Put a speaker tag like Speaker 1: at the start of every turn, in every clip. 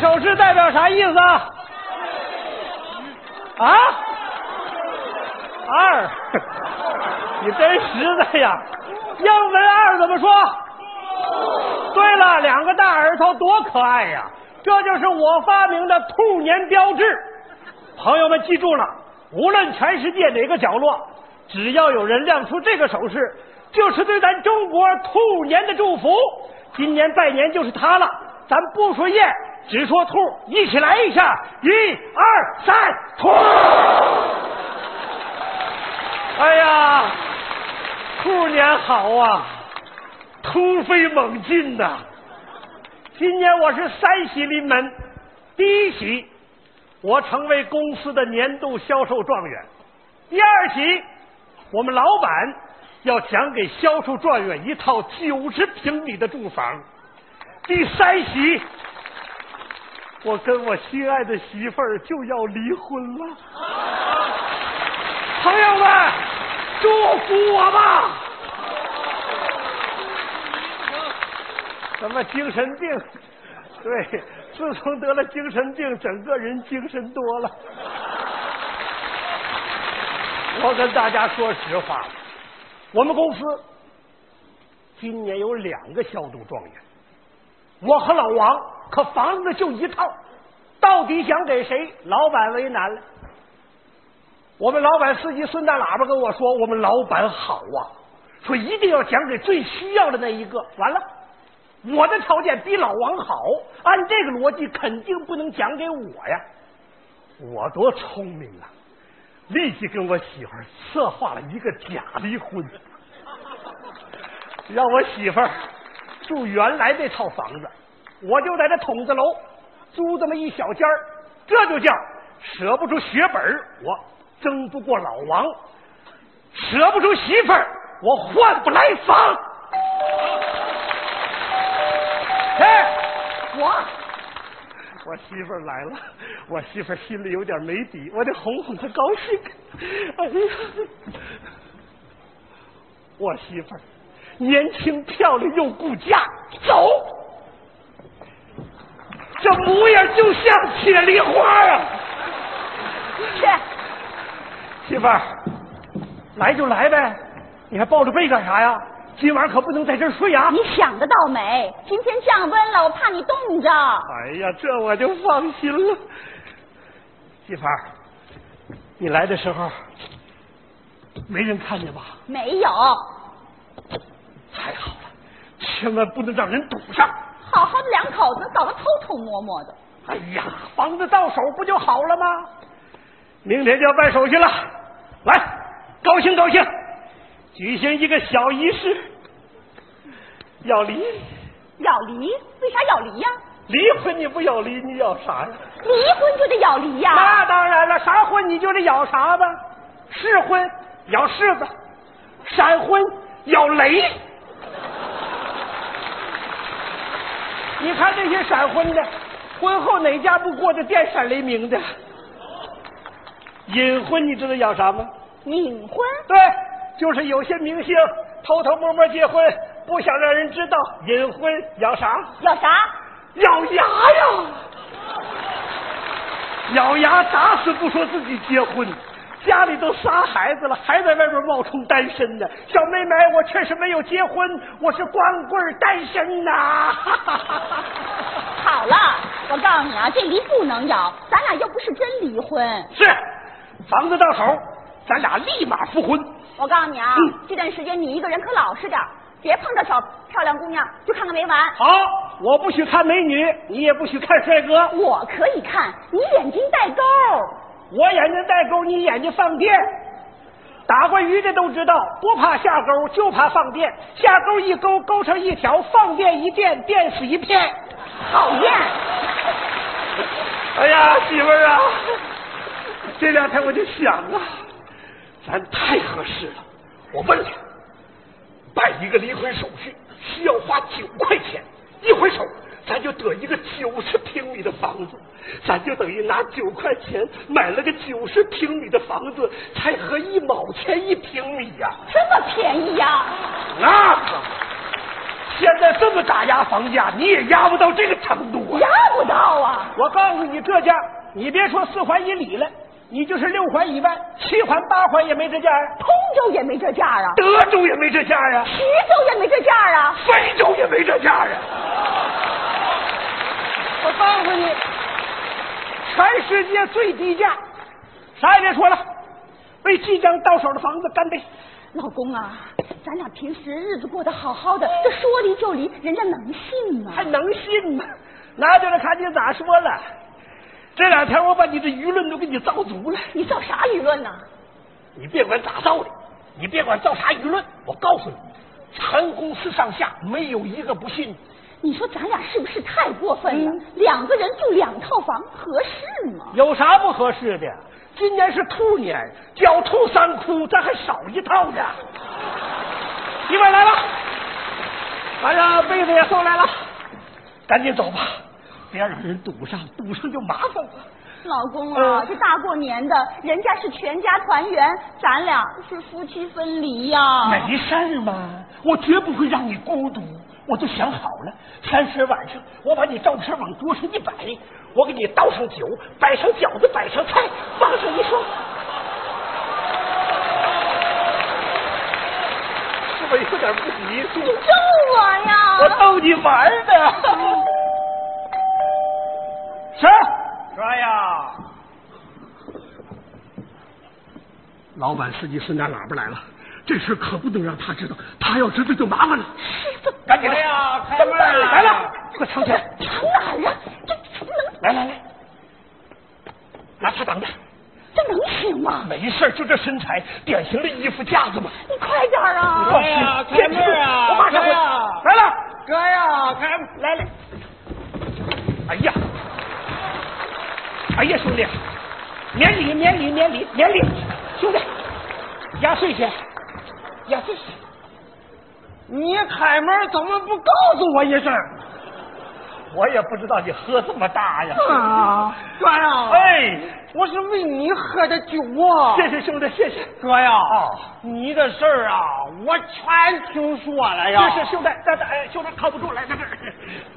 Speaker 1: 表示代表啥意思啊？啊？二， 你真实在呀！英文二怎么说？对了，两个大耳朵多可爱呀！这就是我发明的兔年标志。朋友们记住了，无论全世界哪个角落，只要有人亮出这个手势，就是对咱中国兔年的祝福。今年拜年就是它了，咱不说雁，只说兔，一起来一下，一二三，兔！哎呀，兔年好啊，突飞猛进呐、今年我是三喜临门，第一喜，我成为公司的年度销售状元；第二喜，我们老板要奖给销售状元一套九十平米的住房；第三喜，我跟我心爱的媳妇儿就要离婚了。朋友们，祝福我吧！什么精神病？ 对，自从得了精神病，整个人精神多了。我跟大家说实话，我们公司今年有两个消毒状元，我和老王可房子就一套，到底想给谁？老板为难了。我们老板司机孙大喇叭跟我说，我们老板好啊，说一定要奖给最需要的那一个。完了，我的条件比老王好，按这个逻辑肯定不能奖给我呀。我多聪明啊，立即跟我媳妇儿策划了一个假离婚，让我媳妇儿住原来那套房子，我就在这筒子楼租这么一小间儿，这就叫舍不出血本儿我争不过老王，舍不出媳妇儿，我换不来房。哎，我我媳妇儿来了，我媳妇儿心里有点没底，我得哄哄她高兴。哎呀，我媳妇儿年轻漂亮又顾家，走，这模样就像铁梨花啊！
Speaker 2: 去，
Speaker 1: 媳妇儿，来就来呗，你还抱着被干啥呀？今晚可不能在这儿睡啊！
Speaker 2: 你想得到美。今天降温了，我怕你冻着。
Speaker 1: 哎呀，这我就放心了。媳妇儿，你来的时候没人看见吧？
Speaker 2: 没有，好
Speaker 1: 太好了，千万不能让人堵上。
Speaker 2: 好的两口子搞得偷偷摸摸的。
Speaker 1: 哎呀，房子到手不就好了吗？明天就要办手续了，来，高兴高兴，举行一个小仪式，要离
Speaker 2: 咬梨？为啥咬梨呀、
Speaker 1: 离婚，你不要离，你要啥呀？
Speaker 2: 离婚就得咬梨呀、
Speaker 1: 那当然了，啥婚你就得咬啥吧，是婚咬柿子，闪婚咬雷。你看这些闪婚的，婚后哪家不过着电闪雷鸣的？隐婚你知道咬啥吗？
Speaker 2: 隐婚？
Speaker 1: 对，就是有些明星偷偷摸摸结婚，不想让人知道，隐婚咬啥？
Speaker 2: 咬啥？
Speaker 1: 咬牙呀！咬牙打死不说自己结婚，家里都仨孩子了，还在外边冒充单身呢。小妹妹，我确实没有结婚，我是光棍儿单身呐、
Speaker 2: 好了，我告诉你啊，这梨不能咬，咱俩又不是真离婚。
Speaker 1: 是，房子到手，咱俩立马复婚。
Speaker 2: 我告诉你啊，
Speaker 1: 嗯
Speaker 2: 这段时间你一个人可老实点儿，别碰到小漂亮姑娘就看个没完。
Speaker 1: 好，我不许看美女，你也不许看帅哥。
Speaker 2: 我可以看，你眼睛带钩儿。
Speaker 1: 我眼睛带钩，你眼睛放电。打过鱼的都知道，不怕下钩，就怕放电。下钩一勾，勾成一条，放电一电，电死一片。
Speaker 2: 讨厌。
Speaker 1: 哎呀，媳妇儿啊，这两天我就想啊，咱太合适了。我问了，办一个离婚手续需要花九块钱，一回手咱就得一个九十平米的房子，咱就等于拿九块钱买了个九十平米的房子，才合一毛钱一平米呀、
Speaker 2: 这么便宜呀、
Speaker 1: 那可现在这么打压房价，你也压不到这个程度啊！
Speaker 2: 压不到啊！
Speaker 1: 我告诉你，这价你别说四环以里了，你就是六环以外、七环、八环也没这价啊，
Speaker 2: 通州也没这价啊，
Speaker 1: 德州也没这价啊，
Speaker 2: 徐州也没这价啊！
Speaker 1: 非洲也没这价啊！我告诉你，全世界最低价，啥也别说了，为即将到手的房子干杯！
Speaker 2: 老公啊，咱俩平时日子过得好好
Speaker 1: 哎
Speaker 2: 的，这说离就离，人家能信吗
Speaker 1: 还？能信吗？拿起来看你咋说了。这两天我把你的舆论都给你造足了，
Speaker 2: 你造啥舆论呢？
Speaker 1: 你别管咋造的，你别管造啥舆论，我告诉你，全公司上下没有一个不信。
Speaker 2: 你说咱俩是不是太过分
Speaker 1: 嗯
Speaker 2: 了？两个人住两套房合适吗？
Speaker 1: 有啥不合适的？今年是兔年，狡兔三窟，咱还少一套呢。一会儿来吧，晚上被子也送来了，赶紧走吧，别让人堵上，堵上就麻烦了。
Speaker 2: 老公啊，
Speaker 1: 嗯
Speaker 2: 这大过年的，人家是全家团圆，咱俩是夫妻分离呀、
Speaker 1: 没事儿嘛，我绝不会让你孤独。我都想好了，三十晚上我把你照片往桌上一摆，我给你倒上酒，摆上饺子，摆上菜，放上一双。是不是有点不吉利
Speaker 2: 你？咒 我呀！
Speaker 1: 我逗你玩儿 呢。谁？
Speaker 3: 说呀，
Speaker 1: 老板司机孙大喇叭来了，这事可不能让他知道，他要知道就麻烦了。赶紧
Speaker 3: 哎
Speaker 1: 来
Speaker 3: 呀开门啊
Speaker 1: 来了，快藏起来！
Speaker 2: 藏哪儿啊？这这能
Speaker 1: 来来来，拿它挡着。
Speaker 2: 这能行吗？
Speaker 1: 没事儿就这身材，典型的衣服架子嘛。
Speaker 2: 你快点儿啊！
Speaker 1: 放心，
Speaker 3: 哎开门啊
Speaker 1: 我马上回
Speaker 3: 开啊
Speaker 1: 来了。
Speaker 3: 哥呀，开门来来，
Speaker 1: 哎呀，哎呀，兄弟，免礼，免礼，免礼，免礼，兄弟，压岁钱，压岁钱。
Speaker 3: 你开门怎么不告诉我一声？
Speaker 1: 我也不知道你喝这么大呀！
Speaker 3: 啊，哥呀，
Speaker 1: 哎，
Speaker 3: 我是为你喝的酒啊。
Speaker 1: 谢谢兄弟，谢谢。
Speaker 3: 哥呀，
Speaker 1: 哦
Speaker 3: 你的事儿啊，我全听说了哎呀。
Speaker 1: 谢谢兄弟，大大哎，兄弟靠不住，来这这儿，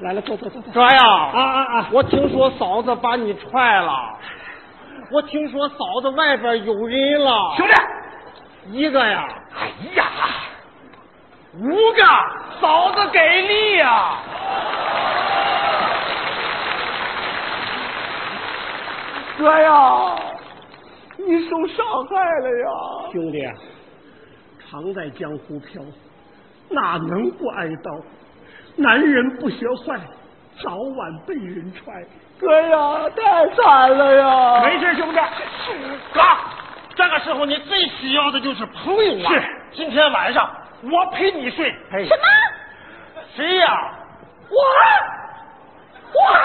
Speaker 1: 来了，坐坐坐坐。
Speaker 3: 哥呀，
Speaker 1: 啊啊啊！
Speaker 3: 我听说嫂子把你踹了，我听说嫂子外边有人了，
Speaker 1: 兄弟，
Speaker 3: 一个呀，
Speaker 1: 哎呀，
Speaker 3: 五个，
Speaker 1: 啊
Speaker 3: 嫂子给力哎呀、
Speaker 1: 哥哎呀，你受伤害了呀！
Speaker 3: 兄弟，
Speaker 1: 常在江湖飘，哪能不挨刀？男人不学坏，早晚被人踹。哥呀，太惨了呀没
Speaker 3: 没
Speaker 1: 事，
Speaker 3: 事，兄弟，哥，啊这个时候你最需要的就是朋友啊。
Speaker 1: 是，
Speaker 3: 今天晚上我陪你睡。
Speaker 1: 哎
Speaker 2: 什么？
Speaker 3: 谁呀、啊
Speaker 2: 我我呀！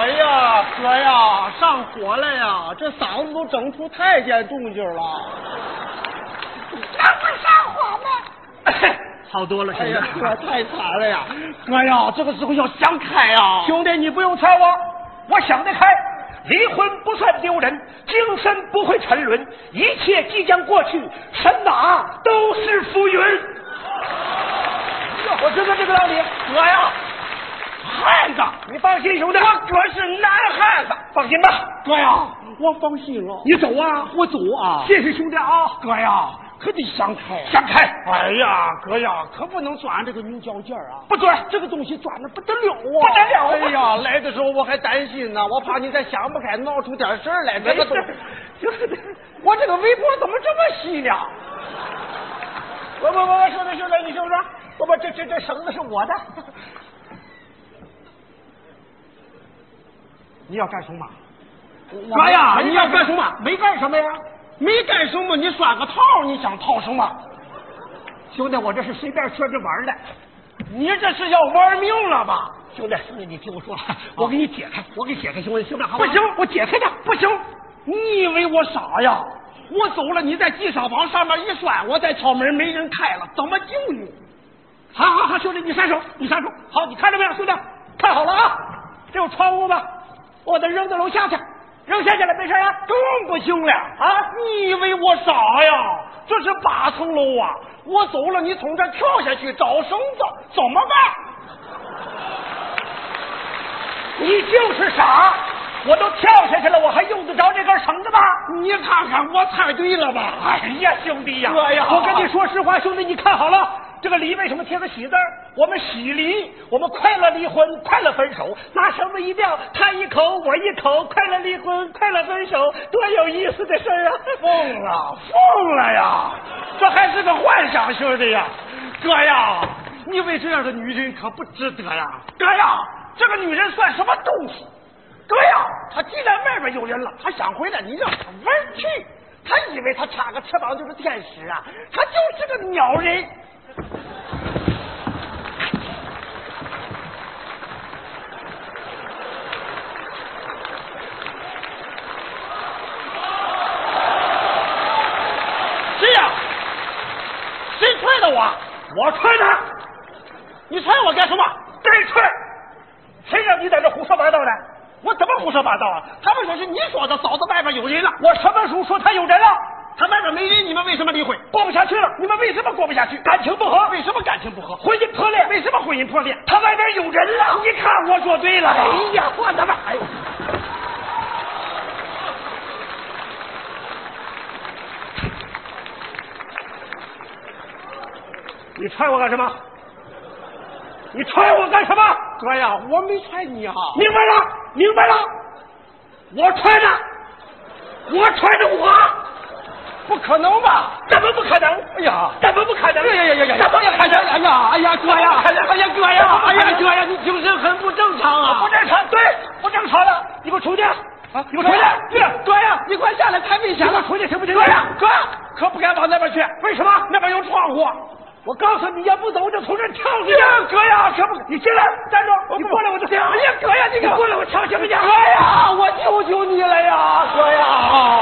Speaker 3: 哎呀，哥呀，上火了呀！这嗓子都整出太监动静了。
Speaker 2: 那不上火吗？
Speaker 1: 好多了，兄
Speaker 3: 哎
Speaker 1: 弟。哎
Speaker 3: 呀，哥太惨了呀！哥呀，这个时候要想开呀。
Speaker 1: 兄弟，你不用猜我，我想得开。离婚不算丢人，精神不会沉沦，一切即将过去，神马都是浮云。我知道这个道理，
Speaker 3: 哥
Speaker 1: 哎
Speaker 3: 呀，汉子，
Speaker 1: 你放心，兄弟，
Speaker 3: 我哥是男汉子。
Speaker 1: 放心吧。
Speaker 3: 哥呀，我放心了。
Speaker 1: 你走啊，
Speaker 3: 我走啊。
Speaker 1: 谢谢兄弟啊，
Speaker 3: 哥呀，可得想开。
Speaker 1: 想开
Speaker 3: 哎呀，哥呀，可不能钻这个牛角尖儿啊！
Speaker 1: 不准
Speaker 3: 这个东西钻的不得了啊！
Speaker 1: 不得了啊
Speaker 3: 哎呀，来的时候我还担心呢，我怕你再想不开，闹出点事儿来。这
Speaker 1: 没
Speaker 3: 个
Speaker 1: 事
Speaker 3: 东
Speaker 1: 儿，就是的。
Speaker 3: 我哎这个围脖怎么这么细呢？
Speaker 1: 我我我，兄弟兄弟，你听我说，我我这这这绳子是我的。
Speaker 3: 你要干什么？
Speaker 1: 哥呀
Speaker 3: 哥呀，
Speaker 1: 你
Speaker 3: 你
Speaker 1: 要
Speaker 3: 要
Speaker 1: 干
Speaker 3: 干
Speaker 1: 什
Speaker 3: 什
Speaker 1: 么
Speaker 3: 么？
Speaker 1: 没干什么呀？
Speaker 3: 没干什么，你拴个套，你想套什么？
Speaker 1: 兄弟，我这是随便说着玩儿的。
Speaker 3: 你这是要玩命了吧？
Speaker 1: 兄弟，兄弟，你听我
Speaker 3: 啊
Speaker 1: 说，我给你解开，我给你解开，兄弟，兄弟，好
Speaker 3: 不
Speaker 1: 好
Speaker 3: 行，我解开它，不行！你以为我傻呀？我走了，你在地上往上面一拴，我再敲门没人开了，怎么救你？
Speaker 1: 好好好，兄弟，你撒手，你撒手。好，你看着没有，兄弟？看好了啊，这有窗户吧？我得扔到楼下去。扔下去了，没事啊？
Speaker 3: 更不行了
Speaker 1: 啊！
Speaker 3: 你以为我傻呀？这是八层楼啊！我走了，你从这跳下去找绳子，怎么办？
Speaker 1: 你就是傻！我都跳下去了，我还用得着这根绳子吗？
Speaker 3: 你看看，我猜对了吧？
Speaker 1: 哎呀，兄弟呀，
Speaker 3: 哎呀
Speaker 1: 我跟你说实话，兄弟，你看好了，这个离为什么贴个喜字儿？我们喜离，我们快乐离婚，快乐分手，拿绳子一吊，他一口我一口，快乐离婚，快乐分手，多有意思的事儿啊！
Speaker 3: 疯了，疯了呀！这还是个幻想型的呀，哥呀，你为这样的女人可不值得呀！哥呀，这个女人算什么东西？哥呀，她既然外边有人了，她想回来，你让她玩去。她以为她插个翅膀就是天使啊，她就是个鸟人。谁呀？谁踹啊的我？
Speaker 1: 我踹他，
Speaker 3: 你踹我干什么？
Speaker 1: 该踹！谁让你在这胡说八道的？
Speaker 3: 我怎么胡说八道啊？他们说是你说的，嫂子外边有人了。
Speaker 1: 我什么时候说他有人了？
Speaker 3: 他外边没人，你们为什么离婚？
Speaker 1: 过不下去了，
Speaker 3: 你们为什么过不下去？
Speaker 1: 感情不和，
Speaker 3: 为什么感情不和？
Speaker 1: 婚姻破裂，
Speaker 3: 为什么婚姻破裂？
Speaker 1: 他外边有人了。
Speaker 3: 你看我说对了吧？
Speaker 1: 哎呀，我的妈！哎呦，你踹我干什么？你踹我干什么？
Speaker 3: 哥呀，我没踹你啊！
Speaker 1: 明白了，明白了，我踹的，我踹的我，
Speaker 3: 不可能吧？
Speaker 1: 怎么不可能？
Speaker 3: 哎呀！
Speaker 1: 怎么不可能？
Speaker 3: 哎呀呀呀呀！
Speaker 1: 怎么不可能？
Speaker 3: 哎呀！哎呀，哥呀！哎呀，哥呀！哎呀，哥呀！你精神很不正常啊！
Speaker 1: 不正常，对，不正常了，你给我出去！
Speaker 3: 啊！
Speaker 1: 你给我出去！啊
Speaker 3: 去！哥呀！你快下来开门
Speaker 1: 你
Speaker 3: 下
Speaker 1: 给我
Speaker 3: 来！
Speaker 1: 出去行不行？啊
Speaker 3: 哥呀！哥，可不敢往那边去，
Speaker 1: 为什么？
Speaker 3: 那边有窗户。
Speaker 1: 我告诉你，要不走我就从这儿跳出去！
Speaker 3: 呀，哥呀！可不，
Speaker 1: 你进来，站住！你过来我就
Speaker 3: 哎呀，哥呀！你
Speaker 1: 你过来我敲行不行？
Speaker 3: 哥呀！我求求你了呀，哥呀！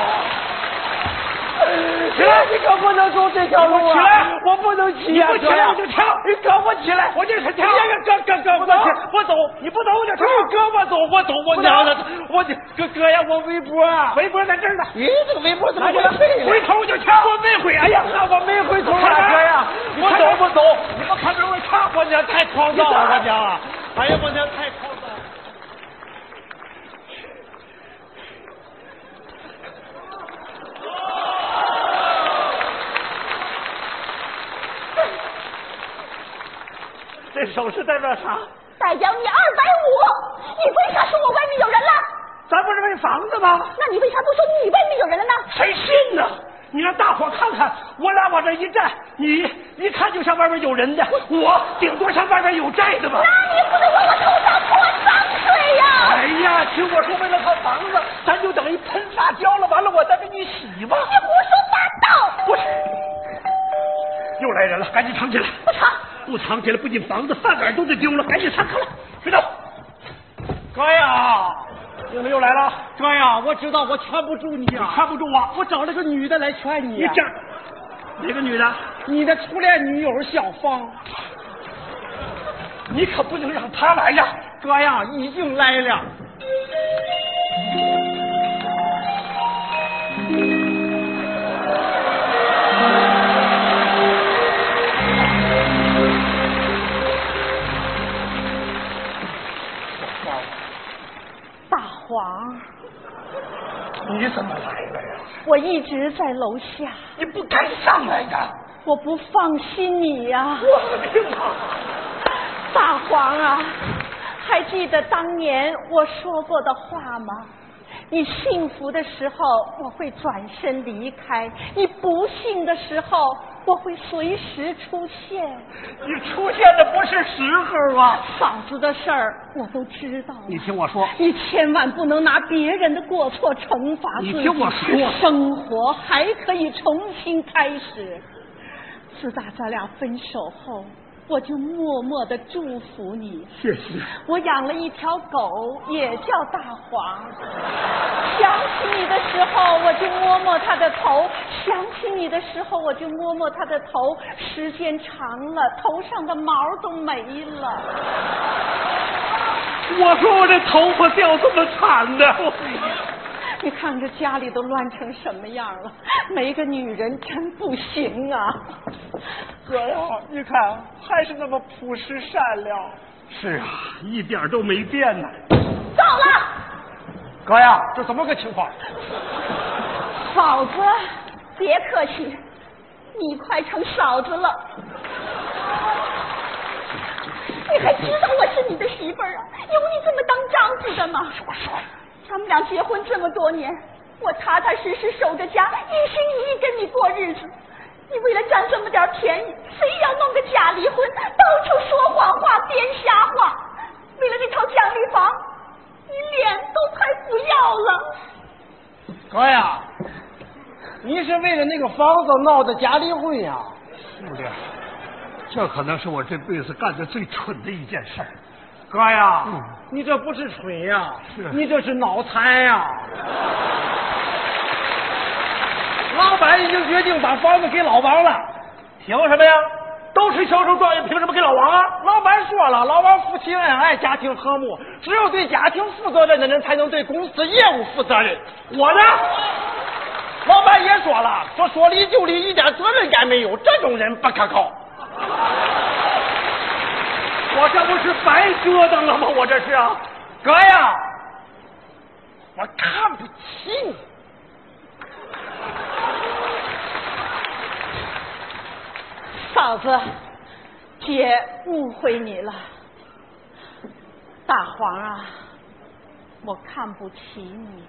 Speaker 1: 起来
Speaker 3: 你可不能走这条路
Speaker 1: 哎
Speaker 3: 啊！
Speaker 1: 起来
Speaker 3: 我不能骑
Speaker 1: 你
Speaker 3: 呀，
Speaker 1: 不起
Speaker 3: 哥
Speaker 1: 来
Speaker 3: 呀
Speaker 1: 我就跳！
Speaker 3: 哥，我起来，
Speaker 1: 我就是
Speaker 3: 哎
Speaker 1: 跳！
Speaker 3: 呀，哥哥哥，
Speaker 1: 我
Speaker 3: 我
Speaker 1: 走
Speaker 3: 走，，
Speaker 1: 我走，你不走我就跳！
Speaker 3: 哥，我走，我走，我
Speaker 1: 不
Speaker 3: 娘
Speaker 1: 走
Speaker 3: 的，我哥哥呀，我微博啊，
Speaker 1: 围脖在这儿呢，
Speaker 3: 咦，这个微博怎么
Speaker 1: 拿起
Speaker 3: 会
Speaker 1: 来
Speaker 3: 退了？
Speaker 1: 回头我就跳！
Speaker 3: 我没回，哎呀，我没回头
Speaker 1: 看看
Speaker 3: 啊，哥呀，
Speaker 1: 你
Speaker 3: 我
Speaker 1: 看
Speaker 3: 走
Speaker 1: 看
Speaker 3: 不走？你不看着我看，我娘太狂
Speaker 1: 你
Speaker 3: 躁
Speaker 1: 走
Speaker 3: 了，
Speaker 1: 啊
Speaker 3: 我娘啊！哎呀，我娘太狂躁了。
Speaker 1: 这手势代表啥？
Speaker 2: 代表你二百五，你为啥说我外面有人了？
Speaker 1: 咱不是为房子吗？
Speaker 2: 那你为啥不说你外面有人了呢？
Speaker 1: 谁信呢？你让大伙看看，我俩往这一站，你一看就像外边有人的，我顶多像外边有债的吧。
Speaker 2: 那你不能往我头上泼脏水呀、
Speaker 1: 哎呀，听我说，为了套房子，咱就等于喷辣椒了。完了，我再给你洗吧。
Speaker 2: 你胡说八道！
Speaker 1: 不哎是，又来人了，赶紧藏起来！
Speaker 2: 不成，
Speaker 1: 不藏起来，不仅房子、饭碗都得丢了，赶紧藏起来！别动！
Speaker 3: 哥呀，
Speaker 1: 你啊们又来了，
Speaker 3: 哥呀，我知道我劝不住你啊，
Speaker 1: 看不住我！
Speaker 3: 我找了个女的来劝你
Speaker 1: 你
Speaker 3: 啊
Speaker 1: 这哪个女的？
Speaker 3: 你的初恋女友小芳，
Speaker 1: 你可不能让她来呀！
Speaker 3: 哥呀，已经来了。
Speaker 2: 大黄，
Speaker 1: 你怎么来了呀？
Speaker 2: 我一直在楼下，
Speaker 1: 你不该上来的！
Speaker 2: 我不放心你呀、
Speaker 1: 我的妈！
Speaker 2: 大黄啊，还记得当年我说过的话吗？你幸福的时候，我会转身离开；你不幸的时候，我会随时出现。
Speaker 1: 你出现的不是时候啊！
Speaker 2: 嫂子的事儿我都知道了，
Speaker 1: 你听我说，
Speaker 2: 你千万不能拿别人的过错惩罚自己。
Speaker 1: 你听我说
Speaker 2: 生活还可以重新开始。自打咱俩分手后，我就默默的祝福你。
Speaker 1: 谢谢。
Speaker 2: 我养了一条狗，也叫大黄。想起你的时候，我就摸摸它的头；想起你的时候，我就摸摸它的头。时间长了，头上的毛都没了。
Speaker 3: 哎
Speaker 1: 我说我这头发掉这么惨的，我
Speaker 2: 你看这家里都乱成什么样了？没个女人真不行啊！
Speaker 3: 哥呀，你看还是那么朴实善良。
Speaker 1: 是啊，一点都没变呢。
Speaker 2: 走了，
Speaker 1: 哥呀，这怎么个情况？
Speaker 2: 嫂子，别客气，你快成嫂子了。你还知道我是你的媳妇儿啊？有你这么当丈夫的吗？咱们俩结婚这么多年，我踏踏实实守着家，一心一意跟你过日子。你为了占这么点便宜，非要弄个假离婚，到处说谎话、编瞎话。为了这套奖励房，你脸都快不要了。
Speaker 3: 哥呀，您是为了那个房子闹的假离婚呀？
Speaker 1: 兄弟，这可能是我这辈子干的最蠢的一件事儿。哥呀，
Speaker 3: 你这不是蠢呀
Speaker 1: 是，
Speaker 3: 你这是脑残呀！老板已经决定把房子给老王了，
Speaker 1: 凭什么呀？都是销售状元，凭什么给老王啊？
Speaker 3: 老板说了，老王夫妻恩爱，家庭和睦，只有对家庭负责任的人才能对公司业务负责任。我呢，老板也说了，说说离就离，一点责任感没有，这种人不可靠。
Speaker 1: 我这不是白折腾了吗？我这是啊。
Speaker 3: 哥呀，我看不起你。
Speaker 2: 嫂子，姐误会你了。大黄啊，我看不起你。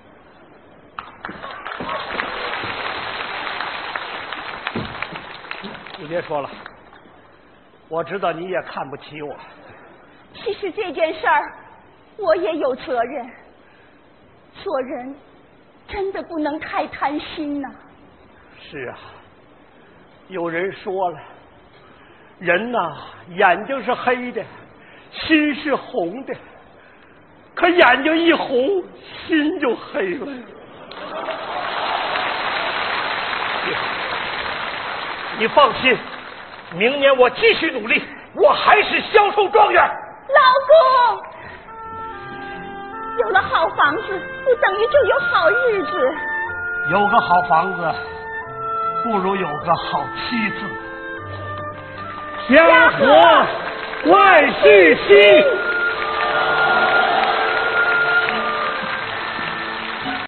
Speaker 1: 你别说了，我知道你也看不起我。
Speaker 2: 其实这件事儿，我也有责任。做人真的不能太贪心呐、
Speaker 1: 是啊，有人说了，人呐、眼睛是黑的，心是红的，可眼睛一红，心就黑了。你放心，明年我继续努力，我还是销售状元。
Speaker 2: 老公，有了好房子，不等于就有好日子。
Speaker 1: 有个好房子，不如有个好妻子。
Speaker 3: 香火万事兴。